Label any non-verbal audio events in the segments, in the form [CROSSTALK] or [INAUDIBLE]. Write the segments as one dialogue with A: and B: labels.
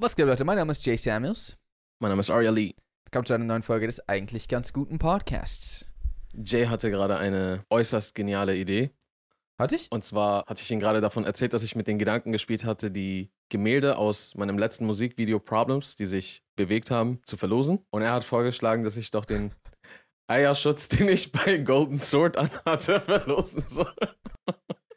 A: Was geht, Leute? Mein Name ist Jay Samuels.
B: Mein Name ist Arya Lee.
A: Willkommen zu einer neuen Folge des eigentlich ganz guten Podcasts.
B: Jay hatte gerade eine äußerst geniale Idee.
A: Hatte ich?
B: Und zwar hatte ich ihn gerade davon erzählt, dass ich mit den Gedanken gespielt hatte, die Gemälde aus meinem letzten Musikvideo Problems, die sich bewegt haben, zu verlosen. Und er hat vorgeschlagen, dass ich doch den Eierschutz, [LAUGHS] den ich bei Golden Sword anhatte, [LAUGHS] verlosen soll.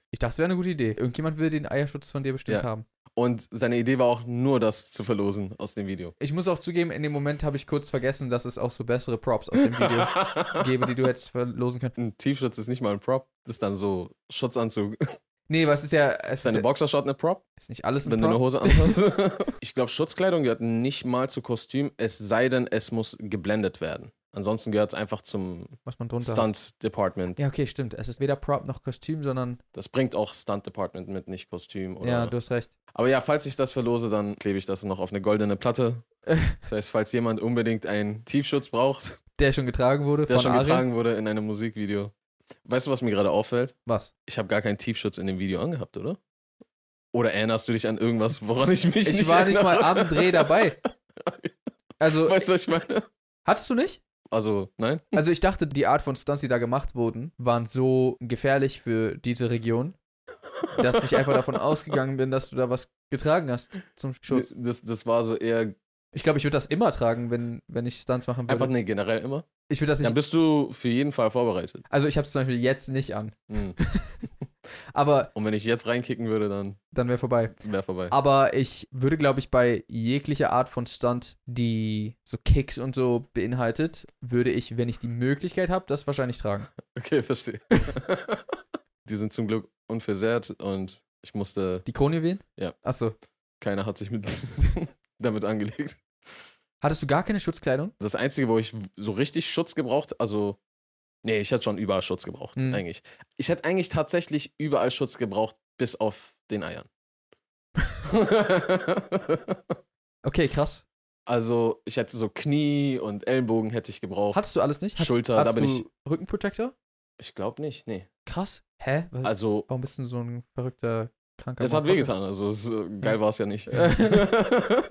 A: Ich dachte, es wäre eine gute Idee. Irgendjemand will den Eierschutz von dir bestimmt
B: Ja.
A: haben.
B: Und seine Idee war auch nur, das zu verlosen aus dem Video.
A: Ich muss auch zugeben, in dem Moment habe ich kurz vergessen, dass es auch so bessere Props aus dem
B: [LAUGHS]
A: Video gäbe, die du hättest verlosen können.
B: Ein Tiefschutz ist nicht mal ein Prop. Das ist dann so Schutzanzug.
A: Nee, was ist ja. Es
B: Ist
A: ist,
B: deine
A: ja-
B: Boxershot eine Prop?
A: ist nicht alles ein
B: Wenn du eine
A: Prop.
B: Hose anhast.
A: [LAUGHS]
B: ich glaube, Schutzkleidung gehört nicht mal zu Kostüm, es sei denn, es muss geblendet werden. Ansonsten gehört es einfach zum
A: Was man drunter hat.
B: Stunt-Department.
A: Ja, okay, stimmt. Es ist weder Prop noch Kostüm, sondern.
B: Das bringt auch Stunt-Department mit, nicht Kostüm. Oder
A: Ja, du hast recht.
B: Aber ja, falls ich das verlose, dann klebe ich das noch auf eine goldene
A: [LAUGHS]
B: Platte. Das heißt, falls jemand unbedingt einen Tiefschutz braucht,
A: Der schon getragen wurde
B: der
A: von
B: schon
A: Ari.
B: getragen wurde in einem Musikvideo. Weißt du, was mir gerade auffällt?
A: Was?
B: Ich habe gar keinen Tiefschutz in dem Video angehabt, oder? Oder erinnerst du dich an irgendwas, woran ich mich
A: Ich
B: nicht
A: war nicht mal
B: erinnere?
A: am
B: [LAUGHS]
A: Dreh dabei. Also,
B: Weißt du, was ich meine?
A: hattest du nicht?
B: Also, nein?
A: Also ich dachte, die Art von Stunts, die da gemacht wurden, waren so gefährlich für diese Region, dass ich einfach
B: [LAUGHS]
A: davon ausgegangen bin, dass du da was getragen hast zum Schutz.
B: Das, das war so eher
A: Ich glaube, ich würde das immer tragen, wenn, wenn ich Stunts machen
B: einfach
A: würde.
B: nee, generell immer.
A: Ich würde das
B: Dann
A: nicht.
B: bist du für jeden Fall vorbereitet.
A: Also ich habe es zum Beispiel jetzt nicht an.
B: Hm.
A: Aber
B: Und wenn ich jetzt reinkicken würde, dann
A: dann wäre vorbei.
B: wäre vorbei.
A: Aber ich würde, glaube ich, bei jeglicher Art von Stunt, die so Kicks und so beinhaltet, würde ich, wenn ich die Möglichkeit habe, das wahrscheinlich tragen.
B: Okay,
A: [LAUGHS]
B: verstehe. Die sind zum Glück unversehrt und ich musste,
A: Die Krone wählen?
B: Ja.
A: Achso.
B: keiner hat sich mit [LAUGHS] damit angelegt.
A: Hattest du gar keine Schutzkleidung?
B: Das Einzige, wo ich so richtig Schutz gebraucht, also nee, ich hätte schon überall Schutz gebraucht,
A: Hm.
B: eigentlich. Ich hätte eigentlich tatsächlich überall Schutz gebraucht, bis auf den
A: [LAUGHS]
B: Eiern.
A: Okay, krass.
B: also ich hätte so Knie und Ellenbogen hätte ich gebraucht.
A: Hattest du alles nicht? Hattest-
B: Schulter, da
A: hattest
B: bin
A: du Rückenprojektor?
B: Ich glaube nicht, nee.
A: Krass. Hä? Was,
B: Also,
A: Warum bist du so ein verrückter, kranker
B: es hat
A: Motherfucker?
B: wehgetan, also es, äh, geil war es ja nicht.
A: [LAUGHS]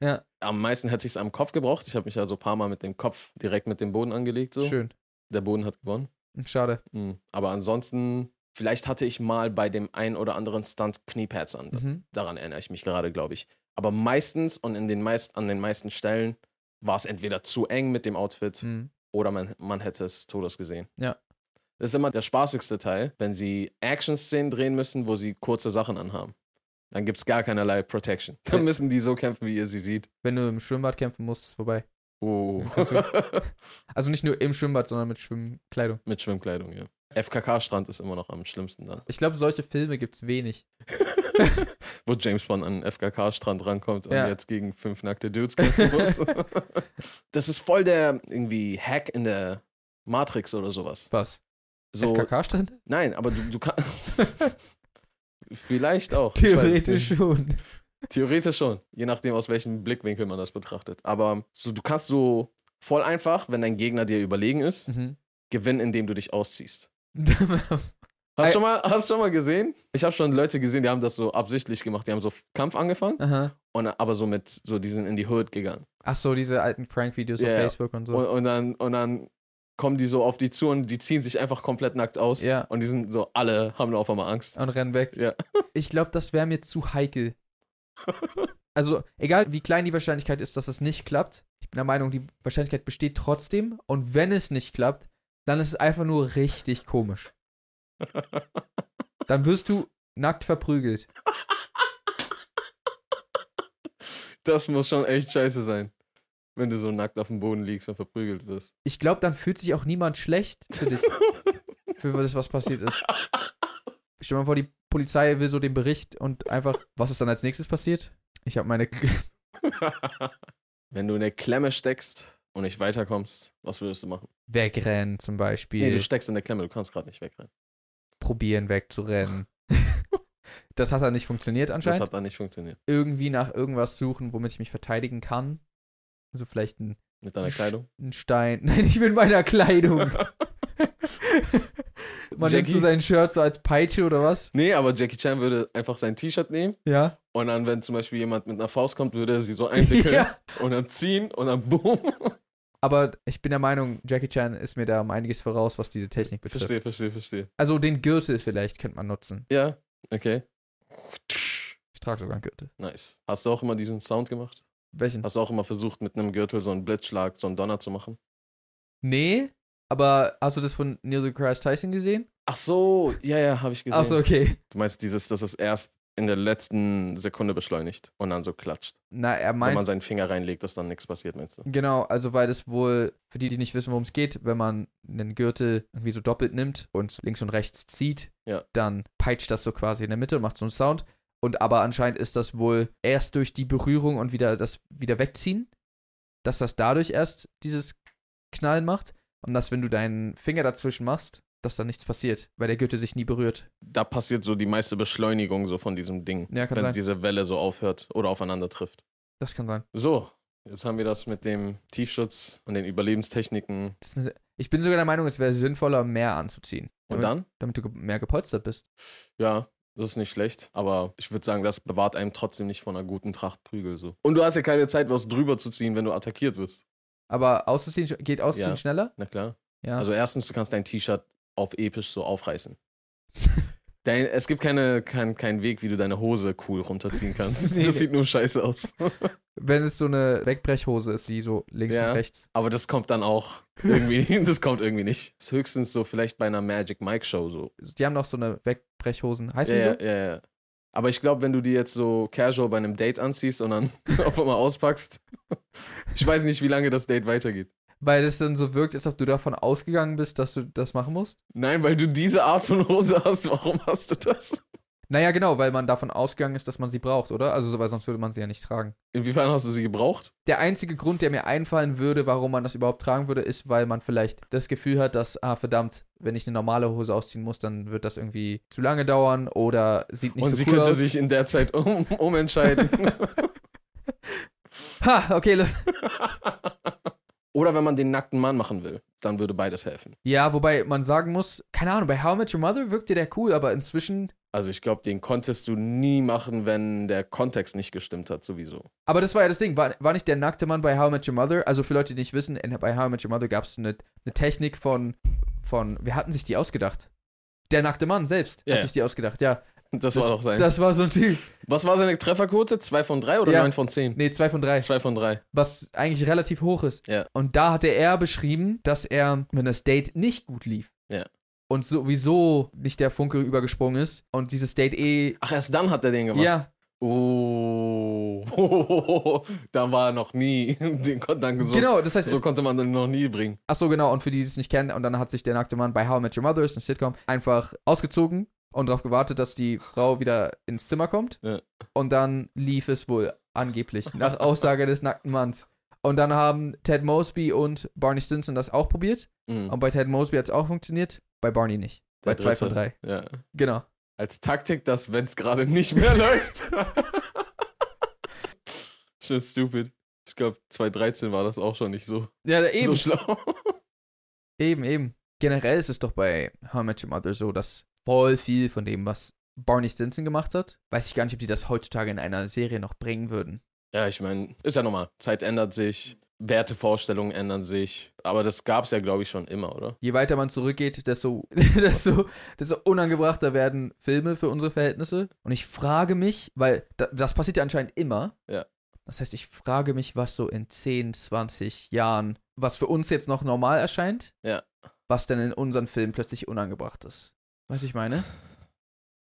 A: Ja.
B: Am meisten hätte ich es am Kopf gebraucht. Ich habe mich also ein paar Mal mit dem Kopf direkt mit dem Boden angelegt. So.
A: Schön. Hm,
B: Der Boden hat gewonnen.
A: Schade.
B: Mhm. Aber ansonsten, vielleicht hatte ich mal bei dem einen oder anderen Stunt Kniepads an.
A: Mhm.
B: Daran erinnere ich mich gerade, glaube ich. Aber meistens und in den meist, an den meisten Stellen war es entweder zu eng mit dem Outfit
A: Mhm.
B: oder man, man hätte es Todes gesehen.
A: Ja.
B: Das ist immer der spaßigste Teil, wenn sie Action-Szenen drehen müssen, wo sie kurze Sachen anhaben. Dann gibt es gar keinerlei Protection. Dann
A: Ja.
B: müssen die so kämpfen, wie ihr sie sieht.
A: Wenn du im Schwimmbad kämpfen musst, ist es vorbei.
B: Oh.
A: Ja, kannst Also nicht nur im Schwimmbad, sondern mit Schwimmkleidung.
B: [LAUGHS] Mit Schwimmkleidung, ja. FKK-Strand ist immer noch am schlimmsten dann.
A: Ich glaube, solche Filme gibt es wenig.
B: Wo James Bond an den FKK-Strand rankommt und
A: Ja.
B: jetzt gegen fünf nackte Dudes kämpfen
A: [LAUGHS]
B: muss. das ist voll der irgendwie Hack in der Matrix oder sowas.
A: Was?
B: So,
A: FKK-Strand?
B: Nein, aber du, du
A: [LAUGHS]
B: kannst. Vielleicht auch. ich weiß es nicht.
A: schon.
B: Theoretisch schon, je nachdem, aus welchem Blickwinkel man das betrachtet. Aber so, du kannst so voll einfach, wenn dein Gegner dir überlegen ist,
A: Mhm.
B: gewinnen, indem du dich ausziehst.
A: Wie Ei-
B: Hast schon mal, hast schon mal gesehen? Ich habe schon Leute gesehen, die haben das so absichtlich gemacht. Die haben so Kampf angefangen,
A: [LAUGHS] Aha.
B: und, aber so mit, so die sind in die Hood gegangen.
A: Ach so, diese alten Prank-Videos
B: Ja,
A: auf
B: ja.
A: Facebook und so.
B: Und, und, dann, und dann kommen die so auf die zu und die ziehen sich einfach komplett nackt aus.
A: Ja.
B: Und die sind so, alle haben auf einmal Angst.
A: und rennen weg.
B: Ja. [LAUGHS]
A: Ich glaube, das wäre mir zu heikel. Also, egal wie klein die Wahrscheinlichkeit ist, dass es nicht klappt, ich bin der Meinung, die Wahrscheinlichkeit besteht trotzdem. Und wenn es nicht klappt, dann ist es einfach nur richtig komisch. Dann wirst du nackt verprügelt.
B: Das muss schon echt scheiße sein, wenn du so nackt auf dem Boden liegst und verprügelt wirst.
A: [LAUGHS] Ich glaube, dann fühlt sich auch niemand schlecht
B: [LAUGHS]
A: für dich, für das, was passiert ist. Stell dir mal vor, die Polizei will so den Bericht und einfach, was ist dann als nächstes passiert? Ich habe meine.
B: Wenn du in der Klemme steckst und nicht weiterkommst, was würdest du machen?
A: [LAUGHS] Wegrennen zum Beispiel.
B: Nee, du steckst in der Klemme, du kannst gerade nicht wegrennen. [LAUGHS]
A: probieren wegzurennen. das hat dann nicht funktioniert
B: Das
A: anscheinend.
B: hat dann nicht funktioniert.
A: Irgendwie nach irgendwas suchen, womit ich mich verteidigen kann. Also vielleicht ein, [LAUGHS]
B: Mit deiner Kleidung. [LAUGHS]
A: ein Stein. Nein, ich bin meiner Kleidung. Man nimmt so
B: Jackie-
A: sein Shirt so als Peitsche oder was?
B: Nee, aber Jackie Chan würde einfach sein T-Shirt nehmen
A: Ja.
B: und dann, wenn zum Beispiel jemand mit einer Faust kommt, würde er sie
A: [LAUGHS]
B: so einwickeln
A: ja.
B: und dann ziehen und dann boom.
A: Aber ich bin der Meinung, Jackie Chan ist mir da um einiges voraus, was diese Technik betrifft.
B: Verstehe, verstehe, verstehe.
A: Also den Gürtel vielleicht könnte man nutzen.
B: Ja, okay.
A: Ich trage sogar einen Gürtel.
B: Nice. Hast du auch immer diesen Sound gemacht?
A: Welchen?
B: Hast du auch immer versucht, mit einem Gürtel so einen Blitzschlag, so einen Donner zu machen?
A: Nee, aber hast du das von Neil deGrasse Tyson gesehen?
B: Ach so, ja, ja, habe ich gesehen.
A: Achso, okay.
B: Du meinst dieses, dass es erst in der letzten Sekunde beschleunigt und dann so klatscht.
A: Na, er
B: Wenn
A: meint,
B: man seinen Finger reinlegt, dass dann nichts passiert, meinst du?
A: Genau, also weil das wohl, für die, die nicht wissen, worum es geht, wenn man einen Gürtel irgendwie so doppelt nimmt und links und rechts zieht,
B: Ja.
A: dann peitscht das so quasi in der Mitte und macht so einen Sound. Und aber anscheinend ist das wohl erst durch die Berührung und wieder das wieder wegziehen, dass das dadurch erst dieses Knallen macht. Und dass, wenn du deinen Finger dazwischen machst, dass dann nichts passiert, weil der Gürtel sich nie berührt.
B: Da passiert so die meiste Beschleunigung so von diesem Ding,
A: Ja, kann
B: wenn
A: sein.
B: diese Welle so aufhört oder aufeinander trifft.
A: Das kann sein.
B: So, jetzt haben wir das mit dem Tiefschutz und den Überlebenstechniken.
A: Das ist eine, ich bin sogar der Meinung, es wäre sinnvoller, mehr anzuziehen.
B: Und
A: damit,
B: dann?
A: Damit du ge- mehr gepolstert bist.
B: Ja, das ist nicht schlecht, aber ich würde sagen, das bewahrt einem trotzdem nicht von einer guten Tracht Prügel so. Und du hast ja keine Zeit, was drüber zu ziehen, wenn du attackiert wirst.
A: Aber auszuziehen, sch- geht auszuziehen
B: Ja.
A: schneller?
B: Na klar.
A: Ja.
B: Also erstens, du kannst dein T-Shirt auf episch so
A: [LAUGHS]
B: aufreißen. Dein, es gibt keine, kein, keinen Weg, wie du deine Hose cool runterziehen kannst.
A: [LAUGHS] Nee.
B: Das sieht nur scheiße aus.
A: Wenn es so eine Wegbrechhose ist, die so links
B: Ja.
A: und rechts.
B: Aber das kommt dann auch irgendwie,
A: [LAUGHS]
B: das kommt irgendwie nicht. Ist höchstens so vielleicht bei einer Magic Mike Show so.
A: Die haben doch so eine Wegbrechhosen. Heißt
B: Ja,
A: die
B: ja,
A: so?
B: ja, ja. Aber ich glaube, wenn du die jetzt so casual bei einem Date anziehst und dann [LAUGHS] auf einmal auspackst, [LAUGHS] ich weiß nicht, wie lange das Date weitergeht.
A: Weil es dann so wirkt, als ob du davon ausgegangen bist, dass du das machen musst.
B: Nein, weil du diese Art von Hose hast, warum hast du das?
A: Naja, genau, weil man davon ausgegangen ist, dass man sie braucht, oder? Also, so, weil sonst würde man sie ja nicht tragen.
B: Inwiefern hast du sie gebraucht?
A: Der einzige Grund, der mir einfallen würde, warum man das überhaupt tragen würde, ist, weil man vielleicht das Gefühl hat, dass, ah, verdammt, wenn ich eine normale Hose ausziehen muss, dann wird das irgendwie zu lange dauern oder sieht nicht
B: und
A: so
B: sie
A: cool
B: könnte
A: aus.
B: sich in der Zeit um, umentscheiden.
A: [LAUGHS] ha, okay, los.
B: Oder wenn man den nackten Mann machen will, dann würde beides helfen.
A: Ja, wobei man sagen muss, keine Ahnung, bei How I Met Your Mother wirkte der cool, aber inzwischen.
B: Also ich glaube, den konntest du nie machen, wenn der Kontext nicht gestimmt hat, sowieso.
A: Aber das war ja das Ding, war, war nicht der nackte Mann bei How I Met Your Mother? Also für Leute, die nicht wissen, in, bei How I Met Your Mother gab es eine, eine Technik von, von, wir hatten sich die ausgedacht. Der nackte Mann selbst
B: Ja,
A: hat
B: ja.
A: sich die ausgedacht, ja.
B: Das, war doch sein.
A: Das war so ein Typ.
B: Was war seine Trefferquote? 2 von 3 oder
A: Ja.
B: 9 von 10?
A: Nee, zwei von drei.
B: 2 von 3.
A: was eigentlich relativ hoch ist.
B: Ja.
A: Und da hatte er beschrieben, dass er, wenn das Date nicht gut lief
B: Ja.
A: und sowieso nicht der Funke übergesprungen ist und dieses Date eh.
B: Ach, erst dann hat er den gemacht.
A: Ja,
B: Oh. [LAUGHS] da war er noch nie. [LAUGHS] Den konnte dann so,
A: genau, das heißt,
B: so konnte man den noch nie bringen.
A: Ach so, genau. Und für die, die es nicht kennen, und dann hat sich der nackte Mann bei How I Met Your Mother, ist eine Sitcom, einfach ausgezogen und darauf gewartet, dass die Frau wieder ins Zimmer kommt.
B: Ja.
A: Und dann lief es wohl angeblich, nach Aussage des nackten Manns. Und dann haben Ted Mosby und Barney Stinson das auch probiert.
B: Mhm.
A: Und bei Ted Mosby hat es auch funktioniert, bei Barney nicht. Bei
B: Der
A: 2 von
B: Dritte.
A: 3.
B: Ja.
A: Genau.
B: Als Taktik, dass wenn es gerade nicht mehr [LAUGHS] läuft. schon stupid. Ich glaube, 2013 war das auch schon nicht so,
A: Ja,
B: so
A: eben.
B: schlau.
A: eben, eben. Generell ist es doch bei How I Met Your Mother so, dass voll viel von dem, was Barney Stinson gemacht hat, weiß ich gar nicht, ob die das heutzutage in einer Serie noch bringen würden.
B: [LAUGHS] Ja, ich meine, ist ja normal. Zeit ändert sich, Wertevorstellungen ändern sich. Aber das gab es ja, glaube ich, schon immer, oder?
A: je weiter man zurückgeht, desto, [LAUGHS] desto, desto unangebrachter werden Filme für unsere Verhältnisse. Und ich frage mich, weil da, das passiert ja anscheinend immer.
B: Ja.
A: Das heißt, ich frage mich, was so in 10, 20 Jahren, was für uns jetzt noch normal erscheint,
B: Ja.
A: was denn in unseren Filmen plötzlich unangebracht ist. Weißt du, ich meine?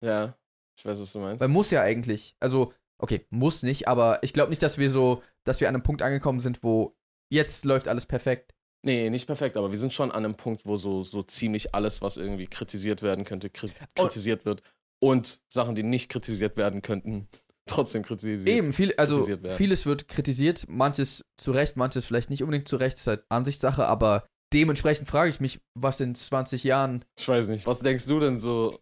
B: Ja, ich weiß, was du meinst.
A: Weil muss ja eigentlich, also, okay, muss nicht, aber ich glaube nicht, dass wir so, dass wir an einem Punkt angekommen sind, wo jetzt läuft alles perfekt.
B: Nee, nicht perfekt, aber wir sind schon an einem Punkt, wo so, so ziemlich alles, was irgendwie kritisiert werden könnte, kri kritisiert wird. Und Sachen, die nicht kritisiert werden könnten, [LAUGHS] trotzdem kritisiert.
A: Eben, viel, also
B: kritisiert werden.
A: vieles wird kritisiert, manches zu Recht, manches vielleicht nicht unbedingt zu Recht, ist halt Ansichtssache, aber dementsprechend frage ich mich, was in 20 Jahren.
B: Ich weiß nicht. Was denkst du denn so?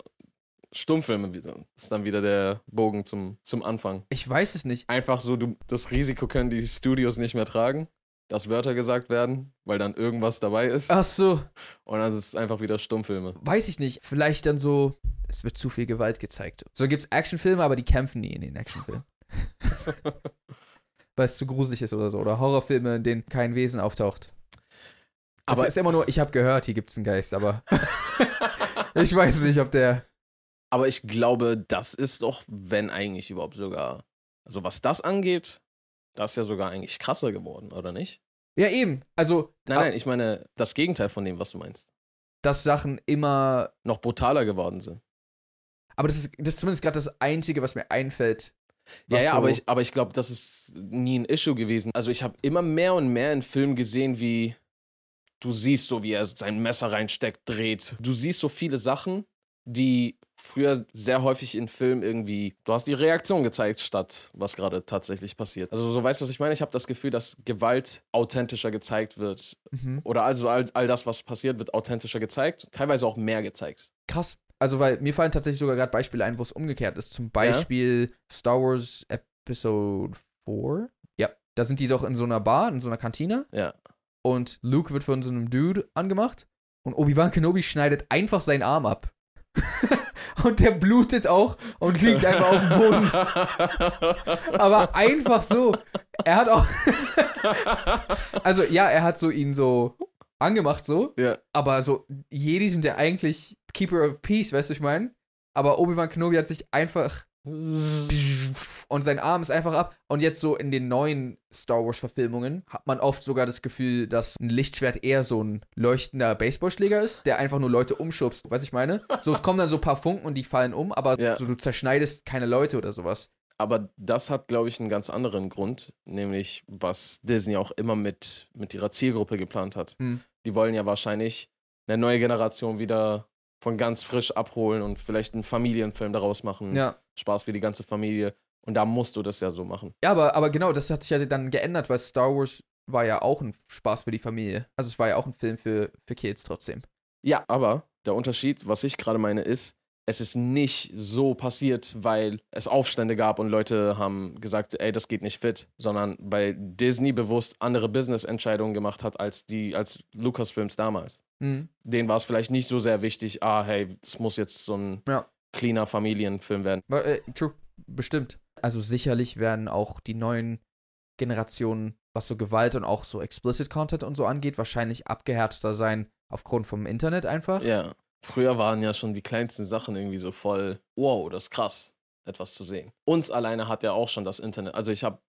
B: Stummfilme wieder. Das ist dann wieder der Bogen zum, zum Anfang.
A: Ich weiß es nicht.
B: Einfach so, du, das Risiko können die Studios nicht mehr tragen. dass Wörter gesagt werden, weil dann irgendwas dabei ist.
A: Ach so,
B: Und dann ist es einfach wieder Stummfilme.
A: weiß ich nicht. Vielleicht dann so, es wird zu viel Gewalt gezeigt. So gibt's Actionfilme, aber die kämpfen nie in
B: [LAUGHS]
A: den Actionfilmen. Weil es zu gruselig ist oder so. Oder Horrorfilme, in denen kein Wesen auftaucht. Aber
B: Aber-
A: es ist immer nur, ich habe gehört, hier gibt's einen
B: [LAUGHS]
A: Geist, aber [LAUGHS] ich weiß nicht, ob der.
B: Aber ich glaube, das ist doch, wenn eigentlich überhaupt sogar. Also was das angeht, das ist ja sogar eigentlich krasser geworden, oder nicht?
A: Ja, eben. Also,
B: Nein,
A: Ah.
B: nein, ich meine das Gegenteil von dem, was du meinst.
A: dass Sachen immer
B: Noch brutaler geworden sind.
A: Aber das ist, das ist zumindest gerade das Einzige, was mir einfällt.
B: Ja,
A: was
B: ja,
A: so-
B: aber ich, aber ich glaube, das ist nie ein Issue gewesen. Also ich habe immer mehr und mehr in Filmen gesehen, wie du siehst, so wie er sein Messer reinsteckt, dreht. Du siehst so viele Sachen, die früher sehr häufig in Filmen irgendwie, du hast die Reaktion gezeigt, statt was gerade tatsächlich passiert. Also so weißt du, was ich meine? Ich habe das Gefühl, dass Gewalt authentischer gezeigt wird.
A: mhm.
B: Oder also all, all das, was passiert, wird authentischer gezeigt. Teilweise auch mehr
A: [LAUGHS]
B: gezeigt.
A: Krass. Also, weil mir fallen tatsächlich sogar gerade Beispiele ein, wo es umgekehrt ist. Zum Beispiel Star Wars Episode 4. Ja, da sind die doch in so einer Bar, in so einer Kantine.
B: Ja.
A: Und Luke wird von so einem Dude angemacht. Und Obi-Wan Kenobi schneidet einfach seinen Arm ab. [LAUGHS] und der blutet auch und [LAUGHS] liegt einfach auf dem Boden. Aber einfach so. Er
B: [LAUGHS]
A: hat auch. also, ja, er hat so ihn so angemacht, so.
B: Ja.
A: Aber so, Jedi sind ja eigentlich Keeper of Peace, weißt du, ich meine? Aber Obi-Wan Kenobi hat sich einfach. Und sein Arm ist einfach ab. Und jetzt so in den neuen Star Wars-Verfilmungen hat man oft sogar das Gefühl, dass ein Lichtschwert eher so ein leuchtender Baseballschläger ist, der einfach nur Leute umschubst. Weißt du, ich meine? So, es kommen dann so ein paar Funken und die fallen um, aber
B: Ja.
A: so, du zerschneidest keine Leute oder sowas.
B: Aber das hat, glaube ich, einen ganz anderen Grund, nämlich was Disney auch immer mit, mit ihrer Zielgruppe geplant hat.
A: Hm.
B: Die wollen ja wahrscheinlich eine neue Generation wieder von ganz frisch abholen und vielleicht einen Familienfilm daraus machen.
A: Ja.
B: Spaß für die ganze Familie. Und da musst du das ja so machen.
A: Ja, aber, aber genau, das hat sich ja dann geändert, weil Star Wars war ja auch ein Spaß für die Familie. Also es war ja auch ein Film für, für Kids trotzdem.
B: Ja, aber der Unterschied, was ich gerade meine, ist, es ist nicht so passiert, weil es Aufstände gab und Leute haben gesagt, ey, das geht nicht fit, sondern weil Disney bewusst andere Business-Entscheidungen gemacht hat als die, als Lucasfilms damals.
A: Mhm.
B: denen war es vielleicht nicht so sehr wichtig, ah, hey, es muss jetzt so ein
A: Ja.
B: cleaner Familienfilm werden.
A: War, äh, true, bestimmt. Also sicherlich werden auch die neuen Generationen, was so Gewalt und auch so explicit Content und so angeht, wahrscheinlich abgehärteter sein aufgrund vom Internet einfach.
B: Ja. Früher waren ja schon die kleinsten Sachen irgendwie so voll, wow, das ist krass, etwas zu sehen. Uns alleine hat ja auch schon das Internet, also ich habe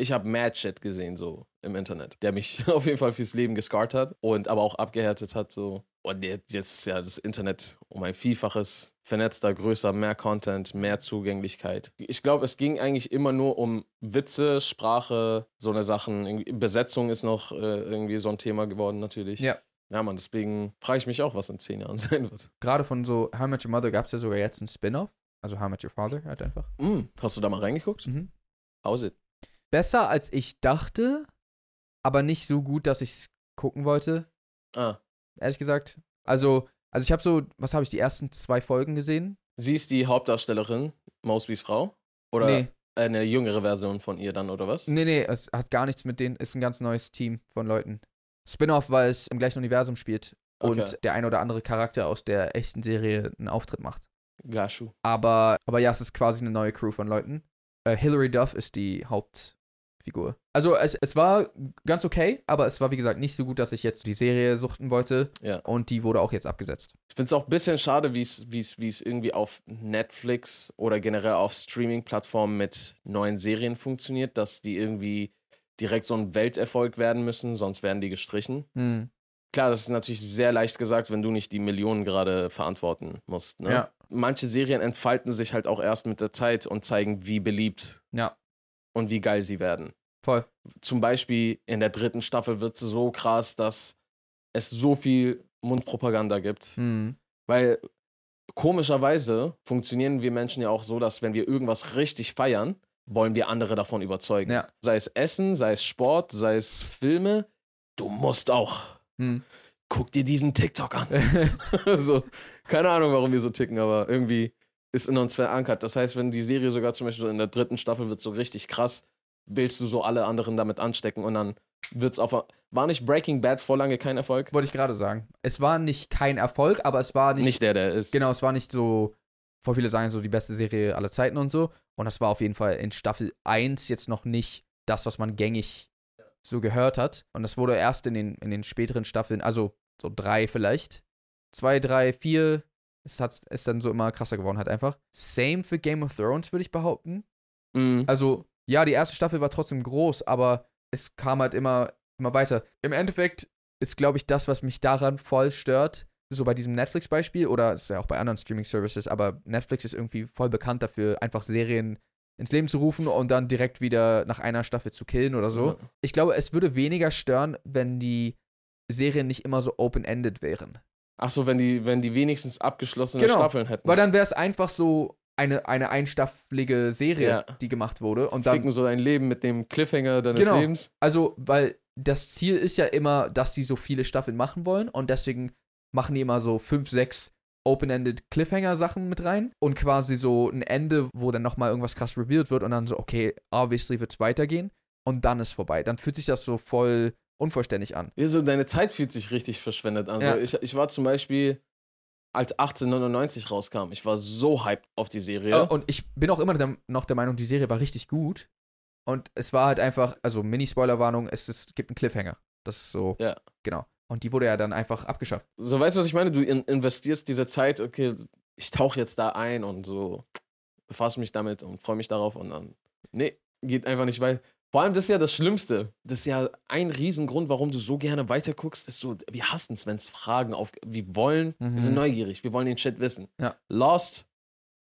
B: ich hab Mad Shit gesehen so im Internet, der mich [LAUGHS] auf jeden Fall fürs Leben gescarrt hat und aber auch abgehärtet hat so. Und jetzt jetzt ist ja das Internet um ein Vielfaches vernetzter, größer, mehr Content, mehr Zugänglichkeit. Ich glaube, es ging eigentlich immer nur um Witze, Sprache, so eine Sachen. Irgendwie- Besetzung ist noch äh, irgendwie so ein Thema geworden natürlich.
A: Ja.
B: Ja, Mann, deswegen frage ich mich auch, was in zehn Jahren [LAUGHS] sein wird.
A: Gerade von so How I Met Your Mother gab es ja sogar jetzt einen Spin-off. Also How I Met Your Father halt einfach.
B: Mm, hast du da mal reingeguckt?
A: Mhm.
B: How's it?
A: Besser als ich dachte, aber nicht so gut, dass ich es gucken wollte.
B: Ah,
A: ehrlich gesagt. Also, also ich habe so, was habe ich, die ersten zwei Folgen gesehen?
B: sie ist die Hauptdarstellerin, Mosbys Frau? Oder
A: nee, Hm,
B: eine jüngere Version von ihr dann, oder was?
A: nee, nee, es hat gar nichts mit denen, ist ein ganz neues Team von Leuten. Spin-off, weil es im gleichen Universum spielt und
B: Okay.
A: der ein oder andere Charakter aus der echten Serie einen Auftritt macht.
B: Gashu.
A: Aber, aber ja, es ist quasi eine neue Crew von Leuten. Äh, Hilary Duff ist die Hauptfigur. Also es, es war ganz okay, aber es war wie gesagt nicht so gut, dass ich jetzt die Serie suchten wollte.
B: Ja.
A: Und die wurde auch jetzt abgesetzt.
B: Ich finde es auch ein bisschen schade, wie es wie es- wie es irgendwie auf Netflix oder generell auf Streaming-Plattformen mit neuen Serien funktioniert, dass die irgendwie direkt so ein Welterfolg werden müssen, sonst werden die gestrichen.
A: Hm.
B: Klar, das ist natürlich sehr leicht gesagt, wenn du nicht die Millionen gerade verantworten musst. Ne?
A: Ja.
B: Manche Serien entfalten sich halt auch erst mit der Zeit und zeigen, wie beliebt
A: Ja.
B: und wie geil sie werden.
A: Voll.
B: Zum Beispiel in der dritten Staffel wird es so krass, dass es so viel Mundpropaganda gibt.
A: Hm.
B: Weil komischerweise funktionieren wir Menschen ja auch so, dass wenn wir irgendwas richtig feiern, wollen wir andere davon überzeugen.
A: Ja.
B: Sei es Essen, sei es Sport, sei es Filme. Du musst auch.
A: Hm.
B: Guck dir diesen TikTok an. [LAUGHS] so, keine Ahnung, warum wir so ticken, aber irgendwie ist in uns verankert. Das heißt, wenn die Serie sogar zum Beispiel so in der dritten Staffel wird so richtig krass, willst du so alle anderen damit anstecken und dann wird's auf. War nicht Breaking Bad vor lange kein Erfolg?
A: Wollte ich gerade sagen. Es war nicht kein Erfolg, aber es war nicht.
B: Nicht, der, der ist.
A: Genau, es war nicht so. Vor viele sagen so die beste Serie aller Zeiten und so. Und das war auf jeden Fall in Staffel 1 jetzt noch nicht das, was man gängig so gehört hat. Und das wurde erst in den, in den späteren Staffeln, also so drei vielleicht. Zwei, drei, vier. Es hat es dann so immer krasser geworden, hat einfach. Same für Game of Thrones, würde ich behaupten.
B: Mhm.
A: Also, ja, die erste Staffel war trotzdem groß, aber es kam halt immer, immer weiter. Im Endeffekt ist, glaube ich, das, was mich daran voll stört, so bei diesem Netflix-Beispiel oder ist ja auch bei anderen Streaming-Services, aber Netflix ist irgendwie voll bekannt dafür, einfach Serien ins Leben zu rufen und dann direkt wieder nach einer Staffel zu killen oder Also so.
B: Ja.
A: Ich glaube, es würde weniger stören, wenn die Serien nicht immer so open-ended wären.
B: Ach so, wenn die, wenn die wenigstens abgeschlossene
A: Genau.
B: Staffeln hätten.
A: Weil dann wäre es einfach so eine, eine einstaffelige Serie,
B: Ja.
A: die gemacht wurde. Und dann
B: Ficken so dein Leben mit dem Cliffhanger deines
A: Genau.
B: Lebens.
A: Also, weil das Ziel ist ja immer, dass sie so viele Staffeln machen wollen und deswegen machen die immer so fünf, sechs open-ended Cliffhanger-Sachen mit rein und quasi so ein Ende, wo dann nochmal irgendwas krass revealed wird und dann so, okay, obviously wird's weitergehen und dann ist vorbei. Dann fühlt sich das so voll unvollständig an.
B: Also deine Zeit fühlt sich richtig verschwendet an.
A: Ja.
B: So, ich, ich war zum Beispiel, als 1899 rauskam, ich war so hyped auf die Serie.
A: Äh, Und ich bin auch immer der, noch der Meinung, die Serie war richtig gut und es war halt einfach, also Mini-Spoiler-Warnung, es, ist- gibt einen Cliffhanger. Das ist so,
B: Ja.
A: genau. Und die wurde ja dann einfach abgeschafft.
B: So, weißt du, was ich meine? Du in, investierst diese Zeit, okay, ich tauche jetzt da ein und so befasse mich damit und freue mich darauf und dann, nee, geht einfach nicht weiter. Vor allem, das ist ja das Schlimmste. Das ist ja ein Riesengrund, warum du so gerne weiterguckst, ist so, wir hassen es, wenn es Fragen auf, wir wollen,
A: Mhm.
B: wir sind neugierig, wir wollen den Shit wissen.
A: Ja.
B: Lost,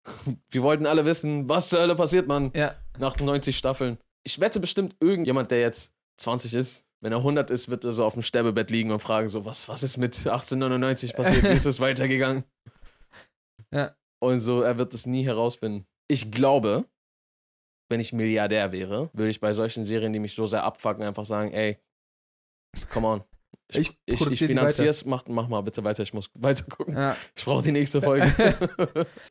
B: [LAUGHS] wir wollten alle wissen, was zur Hölle passiert, Mann,
A: Ja,
B: nach 90 Staffeln. Ich wette bestimmt irgendjemand, der jetzt 20 ist, wenn er 100 ist, wird er so auf dem Sterbebett liegen und fragen so, was, was ist mit 1899 passiert, wie ist
A: [LAUGHS]
B: es weitergegangen?
A: Ja.
B: Und so, er wird es nie herausfinden. Ich glaube, wenn ich Milliardär wäre, würde ich bei solchen Serien, die mich so sehr abfucken, einfach sagen, ey, come on.
A: Ich
B: ich, ich
A: produziere die
B: finanziere es, mach, mach mal bitte weiter, ich muss weitergucken.
A: ja.
B: Ich brauche die nächste
A: [LAUGHS]
B: Folge.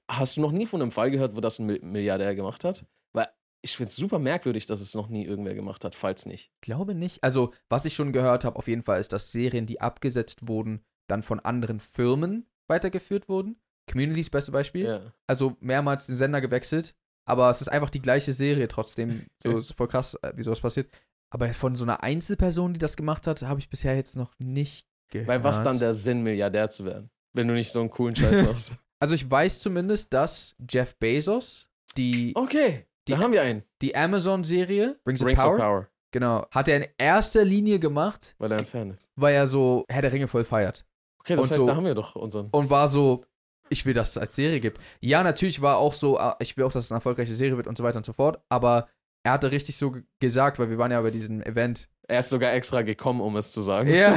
B: Hast du noch nie von einem Fall gehört, wo das ein Mil- Milliardär gemacht hat? Weil ich finde es super merkwürdig, dass es noch nie irgendwer gemacht hat, falls nicht.
A: glaube nicht. Also, was ich schon gehört habe, auf jeden Fall ist, dass Serien, die abgesetzt wurden, dann von anderen Firmen weitergeführt wurden. Community ist das beste Beispiel.
B: Ja.
A: Also mehrmals den Sender gewechselt, aber es ist einfach die gleiche
B: [LAUGHS]
A: Serie trotzdem. So ist voll krass, äh, wie sowas passiert. Aber von so einer Einzelperson, die das gemacht hat, habe ich bisher jetzt noch nicht gehört.
B: Weil was dann der Sinn, Milliardär zu werden, wenn du nicht so einen coolen [LAUGHS] Scheiß machst?
A: Also ich weiß zumindest, dass Jeff Bezos die,
B: Okay,
A: Die-
B: da haben wir einen.
A: die Amazon-Serie Rings,
B: Oh. Rings
A: of, Power,
B: of Power,
A: genau, hat er in erster Linie gemacht,
B: weil er ein Fan ist.
A: weil er so Herr der Ringe voll feiert.
B: Okay, das
A: Und
B: heißt,
A: so-
B: da haben wir doch unseren.
A: und war so, ich will, dass es als Serie gibt. Ja, natürlich war auch so, ah, ich will auch, dass es eine erfolgreiche Serie wird und so weiter und so fort, aber er hatte richtig so g- gesagt, weil wir waren ja bei diesem Event. [LAUGHS]
B: Er ist sogar extra gekommen, um es zu sagen.
A: Ja.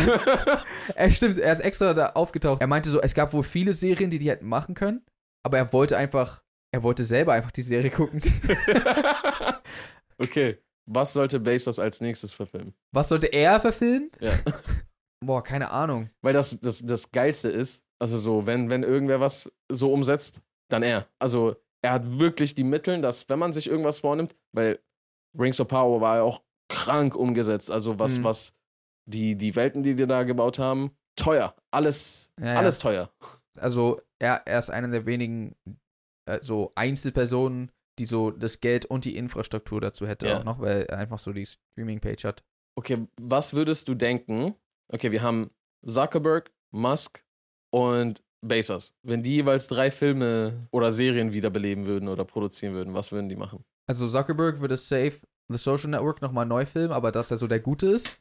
A: Er stimmt, er ist extra da aufgetaucht. Er meinte so, es gab wohl viele Serien, die die hätten machen können, aber er wollte einfach, er wollte selber einfach die Serie [LAUGHS] gucken.
B: [LAUGHS] okay, was sollte Bezos als nächstes verfilmen?
A: Was sollte er verfilmen?
B: Ja.
A: [LAUGHS] Boah, keine Ahnung.
B: Weil das, das, das Geilste ist, also so, wenn, wenn irgendwer was so umsetzt, dann er. Also er hat wirklich die Mittel, dass wenn man sich irgendwas vornimmt, weil Rings of Power war ja auch krank umgesetzt. Also was,
A: Mhm.
B: was die, die Welten, die die da gebaut haben, teuer. Alles,
A: Ja, ja.
B: alles teuer.
A: Also er, er ist einer der wenigen äh, so Einzelpersonen, die so das Geld und die Infrastruktur dazu hätte
B: Ja.
A: auch noch, weil er einfach so die Streaming-Page hat.
B: Okay, was würdest du denken? Okay, wir haben Zuckerberg, Musk und Bezos. Wenn die jeweils drei Filme oder Serien wiederbeleben würden oder produzieren würden, was würden die machen?
A: Also Zuckerberg würde safe The Social Network nochmal neu filmen, aber dass er so der Gute ist.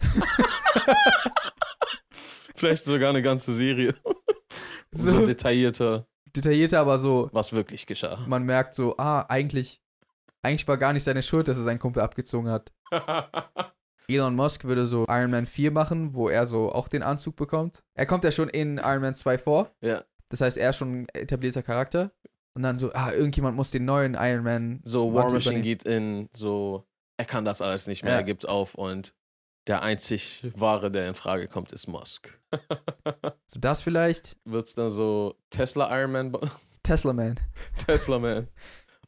A: [LAUGHS]
B: Vielleicht sogar eine ganze Serie. [LAUGHS] so,
A: So
B: detaillierter,
A: detaillierter, aber so,
B: was wirklich geschah.
A: [LAUGHS] man merkt so, ah, eigentlich, eigentlich war gar nicht seine Schuld, dass er seinen Kumpel abgezogen hat. Elon Musk würde so Iron Man 4 machen, wo er so auch den Anzug bekommt. Er kommt ja schon in Iron Man 2 vor.
B: Ja.
A: Das heißt, er ist schon ein etablierter Charakter. Und dann so, ah, irgendjemand muss den neuen Iron Man.
B: so, War
A: Warte,
B: Machine
A: übernehmen.
B: geht in, so, er kann das alles nicht mehr,
A: Ja.
B: er gibt auf und der einzig Wahre, der in Frage kommt, ist Musk.
A: So das vielleicht.
B: Wird's dann so [LAUGHS] Tesla Iron Man,
A: Tesla Man.
B: Tesla Man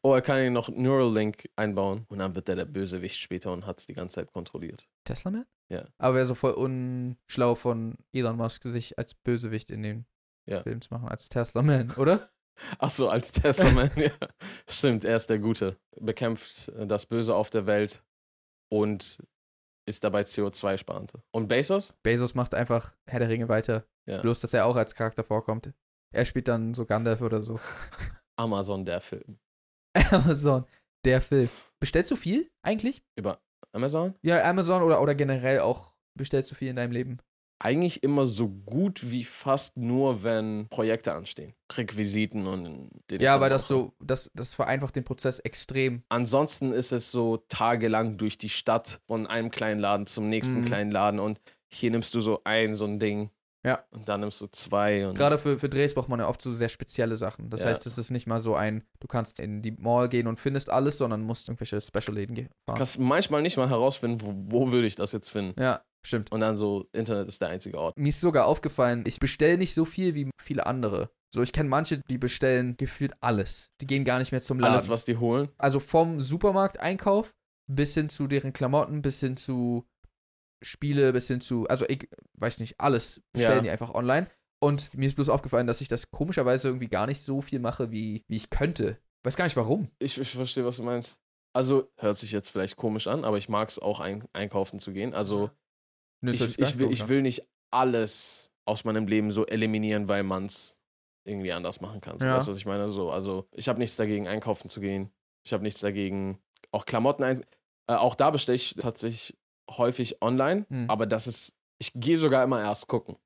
B: Oh, er kann ihn noch Neuralink einbauen. Und dann wird er der Bösewicht später und hat es die ganze Zeit kontrolliert.
A: Tesla Man?
B: Ja.
A: Aber wäre so voll unschlau von Elon Musk, sich als Bösewicht in den
B: Ja.
A: Film zu machen, als Tesla Man, oder?
B: Ach so, als Tesla Man. [LAUGHS] ja. Stimmt, er ist der Gute. Bekämpft äh, das Böse auf der Welt und ist dabei CO2-sparend. Und Bezos?
A: Bezos macht einfach Herr der Ringe weiter.
B: Ja.
A: Bloß, dass er auch als Charakter vorkommt. Er spielt dann so Gandalf
B: [LAUGHS]
A: oder so.
B: Amazon, der Film.
A: Amazon, der Film. Bestellst du viel eigentlich?
B: Über Amazon?
A: Ja, Amazon oder, oder generell auch bestellst du viel in deinem Leben?
B: Eigentlich immer so gut wie fast nur, wenn Projekte anstehen. Requisiten und den ich
A: ja,
B: dann
A: weil das
B: brauche.
A: so, das, das vereinfacht den Prozess
B: Mhm.
A: extrem.
B: Ansonsten ist es so tagelang durch die Stadt von einem kleinen Laden zum nächsten
A: Mhm.
B: kleinen Laden und hier nimmst du so ein, so ein Ding.
A: Ja.
B: Und dann nimmst du zwei und
A: Gerade für, für Drehs braucht man ja oft so sehr spezielle Sachen. Das
B: Ja.
A: heißt, es ist nicht mal so ein, du kannst in die Mall gehen und findest alles, sondern musst irgendwelche Special-Läden gehen. fahren.
B: kannst manchmal nicht mal herausfinden, wo, wo würde ich das jetzt finden.
A: Ja, stimmt.
B: Und dann so, Internet ist der einzige Ort.
A: Mir ist sogar aufgefallen, ich bestelle nicht so viel wie viele andere. So, ich kenne manche, die bestellen gefühlt alles. Die gehen gar nicht mehr zum Laden.
B: Alles, was die holen.
A: also vom Supermarkteinkauf bis hin zu deren Klamotten, bis hin zu Spiele, bis hin zu, also ich weiß nicht, alles bestellen
B: Ja.
A: die einfach online. Und mir ist bloß aufgefallen, dass ich das komischerweise irgendwie gar nicht so viel mache, wie, wie ich könnte. Weiß gar nicht warum.
B: Ich, ich verstehe, was du meinst. Also, hört sich jetzt vielleicht komisch an, aber ich mag es auch, ein, einkaufen zu gehen. Also,
A: Nö, halt das hört
B: ich,
A: sich
B: ich,
A: gar nicht
B: will,
A: komisch
B: ich
A: an.
B: will nicht alles aus meinem Leben so eliminieren, weil man es irgendwie anders machen kann. So,
A: Ja.
B: Weißt du, was ich meine? So, also, ich habe nichts dagegen, einkaufen zu gehen. Ich habe nichts dagegen, auch Klamotten ein. Äh, auch da bestelle ich tatsächlich häufig online,
A: Hm.
B: aber das ist. Ich gehe sogar immer erst gucken.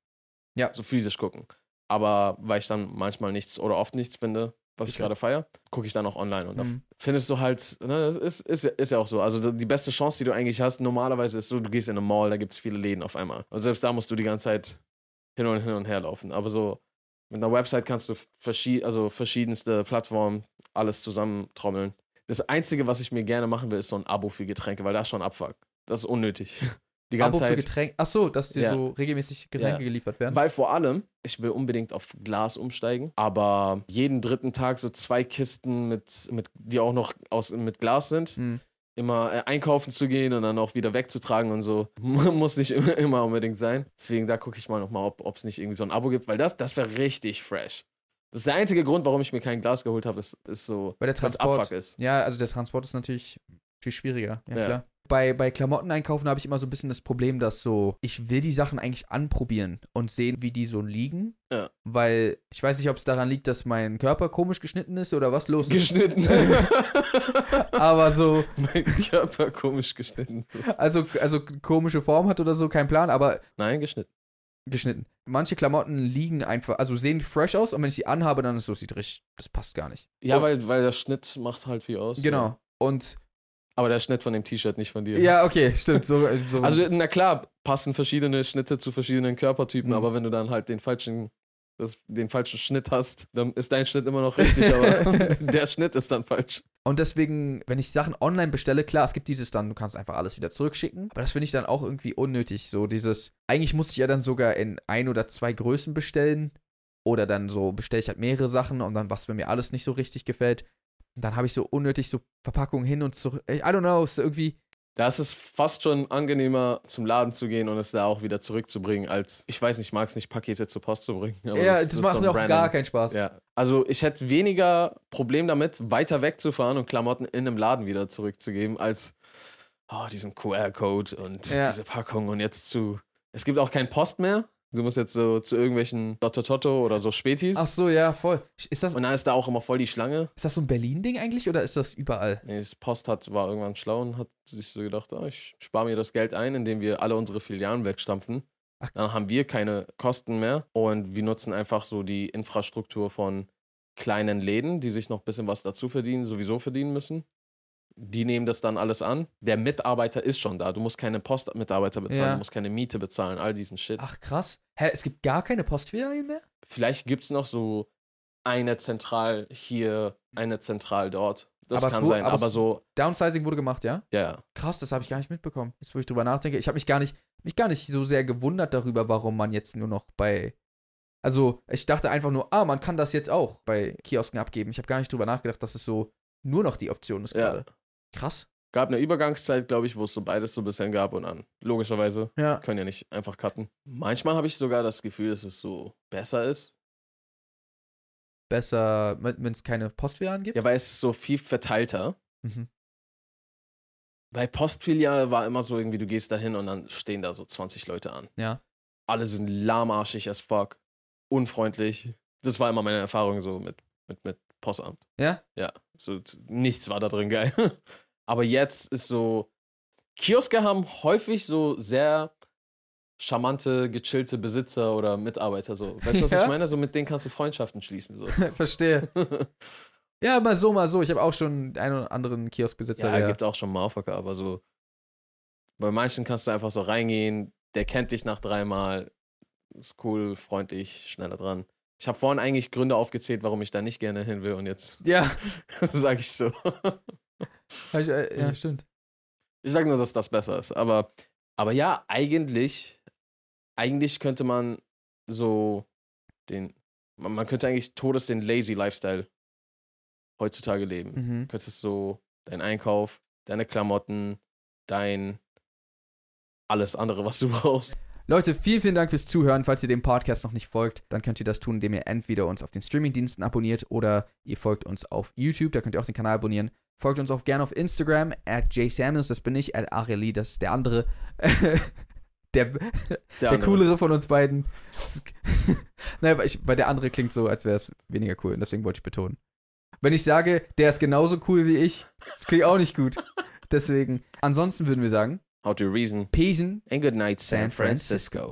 A: Ja.
B: So physisch gucken. Aber weil ich dann manchmal nichts oder oft nichts finde, was ich
A: Okay.
B: gerade feiere, gucke ich dann auch online und da
A: Hm.
B: findest du halt, ne, das ist, ist, ist ja auch so. Also die beste Chance, die du eigentlich hast, normalerweise ist so, du gehst in eine Mall, da gibt es viele Läden auf einmal. Und selbst da musst du die ganze Zeit hin und hin und her laufen. Aber so mit einer Website kannst du verschi also verschiedenste Plattformen alles zusammentrommeln. Das Einzige, was ich mir gerne machen will, ist so ein Abo für Getränke, weil das ist schon Abfuck. Das ist unnötig. [LAUGHS] Die ganze
A: Abo für
B: Zeit.
A: Getränke. Ach so, dass dir
B: Ja.
A: so regelmäßig Getränke
B: Ja.
A: geliefert werden.
B: Weil vor allem, ich will unbedingt auf Glas umsteigen, aber jeden dritten Tag so zwei Kisten mit, mit die auch noch aus, mit Glas sind,
A: Hm.
B: immer äh, einkaufen zu gehen und dann auch wieder wegzutragen und so. [LAUGHS] Muss nicht immer, immer unbedingt sein. Deswegen, da gucke ich mal nochmal, ob es nicht irgendwie so ein Abo gibt, weil das, das wäre richtig fresh. Das ist der einzige Grund, warum ich mir kein Glas geholt habe, ist, ist so,
A: Bei der
B: weil's
A: Transport.
B: Abfuck ist.
A: Ja, also der Transport ist natürlich viel schwieriger. Ja,
B: Ja.
A: klar. Bei, bei Klamotten einkaufen habe ich immer so ein bisschen das Problem, dass so, ich will die Sachen eigentlich anprobieren und sehen, wie die so liegen.
B: Ja.
A: Weil ich weiß nicht, ob es daran liegt, dass mein Körper komisch geschnitten ist oder was los ist.
B: Geschnitten. [LAUGHS]
A: Aber so,
B: mein Körper komisch geschnitten.
A: also, also komische Form hat oder so, kein Plan, aber
B: Nein, geschnitten.
A: geschnitten. Manche Klamotten liegen einfach, also sehen fresh aus und wenn ich die anhabe, dann ist so, sieht richtig, das passt gar nicht.
B: Ja,
A: Und-
B: weil, weil der Schnitt macht halt viel aus.
A: Genau. Und,
B: Aber der Schnitt von dem T-Shirt, nicht von dir.
A: ja, okay, stimmt. So, so
B: Also, na klar, passen verschiedene Schnitte zu verschiedenen Körpertypen,
A: Mhm.
B: aber wenn du dann halt den falschen, das, den falschen Schnitt hast, dann ist dein Schnitt immer
A: [LAUGHS]
B: noch richtig, aber [LAUGHS] der Schnitt ist dann falsch.
A: Und deswegen, wenn ich Sachen online bestelle, klar, es gibt dieses dann, du kannst einfach alles wieder zurückschicken. Aber das finde ich dann auch irgendwie unnötig. So dieses, eigentlich muss ich ja dann sogar in ein oder zwei Größen bestellen. Oder dann so bestelle ich halt mehrere Sachen und dann, was wenn mir alles nicht so richtig gefällt, dann habe ich so unnötig so Verpackungen hin und zurück. I don't know, ist irgendwie.
B: Da ist es fast schon angenehmer, zum Laden zu gehen und es da auch wieder zurückzubringen, als, ich weiß nicht, ich mag es nicht, Pakete zur Post zu bringen. aber
A: ja, das,
B: ist so
A: macht
B: ein
A: mir auch gar
B: random-
A: keinen Spaß.
B: ja. Also ich hätte weniger Problem damit, weiter wegzufahren und Klamotten in einem Laden wieder zurückzugeben, als oh, diesen QR-Code und
A: Ja.
B: diese Packung und jetzt zu. Es gibt auch keinen Post mehr. Du musst jetzt so zu irgendwelchen Lotto Toto oder so Spätis.
A: Ach so, ja, voll. Ist das,
B: Und dann ist da auch immer voll die Schlange.
A: ist das so ein Berlin-Ding eigentlich oder ist das überall?
B: Nee, das Post hat, war irgendwann schlau und hat sich so gedacht, ah, ich spare mir das Geld ein, indem wir alle unsere Filialen wegstampfen.
A: Ach.
B: Dann haben wir keine Kosten mehr und wir nutzen einfach so die Infrastruktur von kleinen Läden, die sich noch ein bisschen was dazu verdienen, sowieso verdienen müssen. Die nehmen das dann alles an. Der Mitarbeiter ist schon da. Du musst keine Postmitarbeiter bezahlen,
A: Ja.
B: du musst keine Miete bezahlen, all diesen Shit.
A: Ach krass. Hä, es gibt gar keine Postfilialen mehr?
B: Vielleicht gibt es noch so eine zentral hier, eine zentral dort. Das
A: Aber es
B: kann
A: wo-
B: sein,
A: aber
B: aber,
A: es-
B: so,
A: Downsizing wurde gemacht, ja?
B: ja, ja.
A: Krass, das habe ich gar nicht mitbekommen. Jetzt, wo ich drüber nachdenke, ich habe mich gar nicht, mich gar nicht so sehr gewundert darüber, warum man jetzt nur noch bei. Also, ich dachte einfach nur, ah, man kann das jetzt auch bei Kiosken abgeben. Ich habe gar nicht drüber nachgedacht, dass es so nur noch die Option ist
B: Ja.
A: gerade. Krass.
B: Gab eine Übergangszeit, glaube ich, wo es so beides so ein bisschen gab und an. Logischerweise
A: Ja.
B: können ja nicht einfach cutten. Manchmal habe ich sogar das Gefühl, dass es so besser ist.
A: Besser, wenn es keine Postfilialen gibt.
B: Ja, weil es ist so viel verteilter.
A: Mhm.
B: Bei Postfiliale war immer so irgendwie, du gehst da hin und dann stehen da so 20 Leute an.
A: Ja.
B: Alle sind lahmarschig as fuck. Unfreundlich. Das war immer meine Erfahrung so mit, mit, mit Postamt.
A: Ja?
B: Ja. So, z- nichts war da drin geil. [LAUGHS] Aber jetzt ist so. Kioske haben häufig so sehr charmante, gechillte Besitzer oder Mitarbeiter. So. Weißt du, was
A: Ja.
B: ich meine? So mit denen kannst du Freundschaften schließen. So.
A: [LAUGHS] Verstehe. Ja, mal so, mal so. Ich habe auch schon einen oder anderen Kioskbesitzer.
B: Ja,
A: der-
B: gibt auch schon Motherfucker, aber so bei manchen kannst du einfach so reingehen, der kennt dich nach dreimal, ist cool, freundlich, schneller dran. Ich habe vorhin eigentlich Gründe aufgezählt, warum ich da nicht gerne hin will und jetzt [LAUGHS]
A: ja. [LAUGHS]
B: sage ich so.
A: Hab Ich, äh, ja,
B: Mhm.
A: stimmt.
B: Ich sage nur, dass das besser ist, aber aber ja, eigentlich eigentlich könnte man so den man, man könnte eigentlich Todes den lazy Lifestyle heutzutage leben.
A: Mhm.
B: könntest so deinen Einkauf, deine Klamotten, dein alles andere, was du [LAUGHS] brauchst.
A: Leute, vielen, vielen Dank fürs Zuhören. Falls ihr dem Podcast noch nicht folgt, dann könnt ihr das tun, indem ihr entweder uns auf den Streamingdiensten abonniert oder ihr folgt uns auf YouTube, da könnt ihr auch den Kanal abonnieren. Folgt uns auch gerne auf Instagram, at jsamuels, das bin ich, at Areli, das ist der andere. [LAUGHS] der,
B: Der,
A: der
B: andere.
A: coolere von uns beiden. [LAUGHS] naja, weil, ich, weil der andere klingt so, als wäre es weniger cool und deswegen wollte ich betonen. Wenn ich sage, der ist genauso cool wie ich, das klingt auch nicht
B: [LAUGHS]
A: gut. Deswegen, ansonsten würden wir sagen,
B: How to reason
A: Peace in
B: and good night, San Francisco.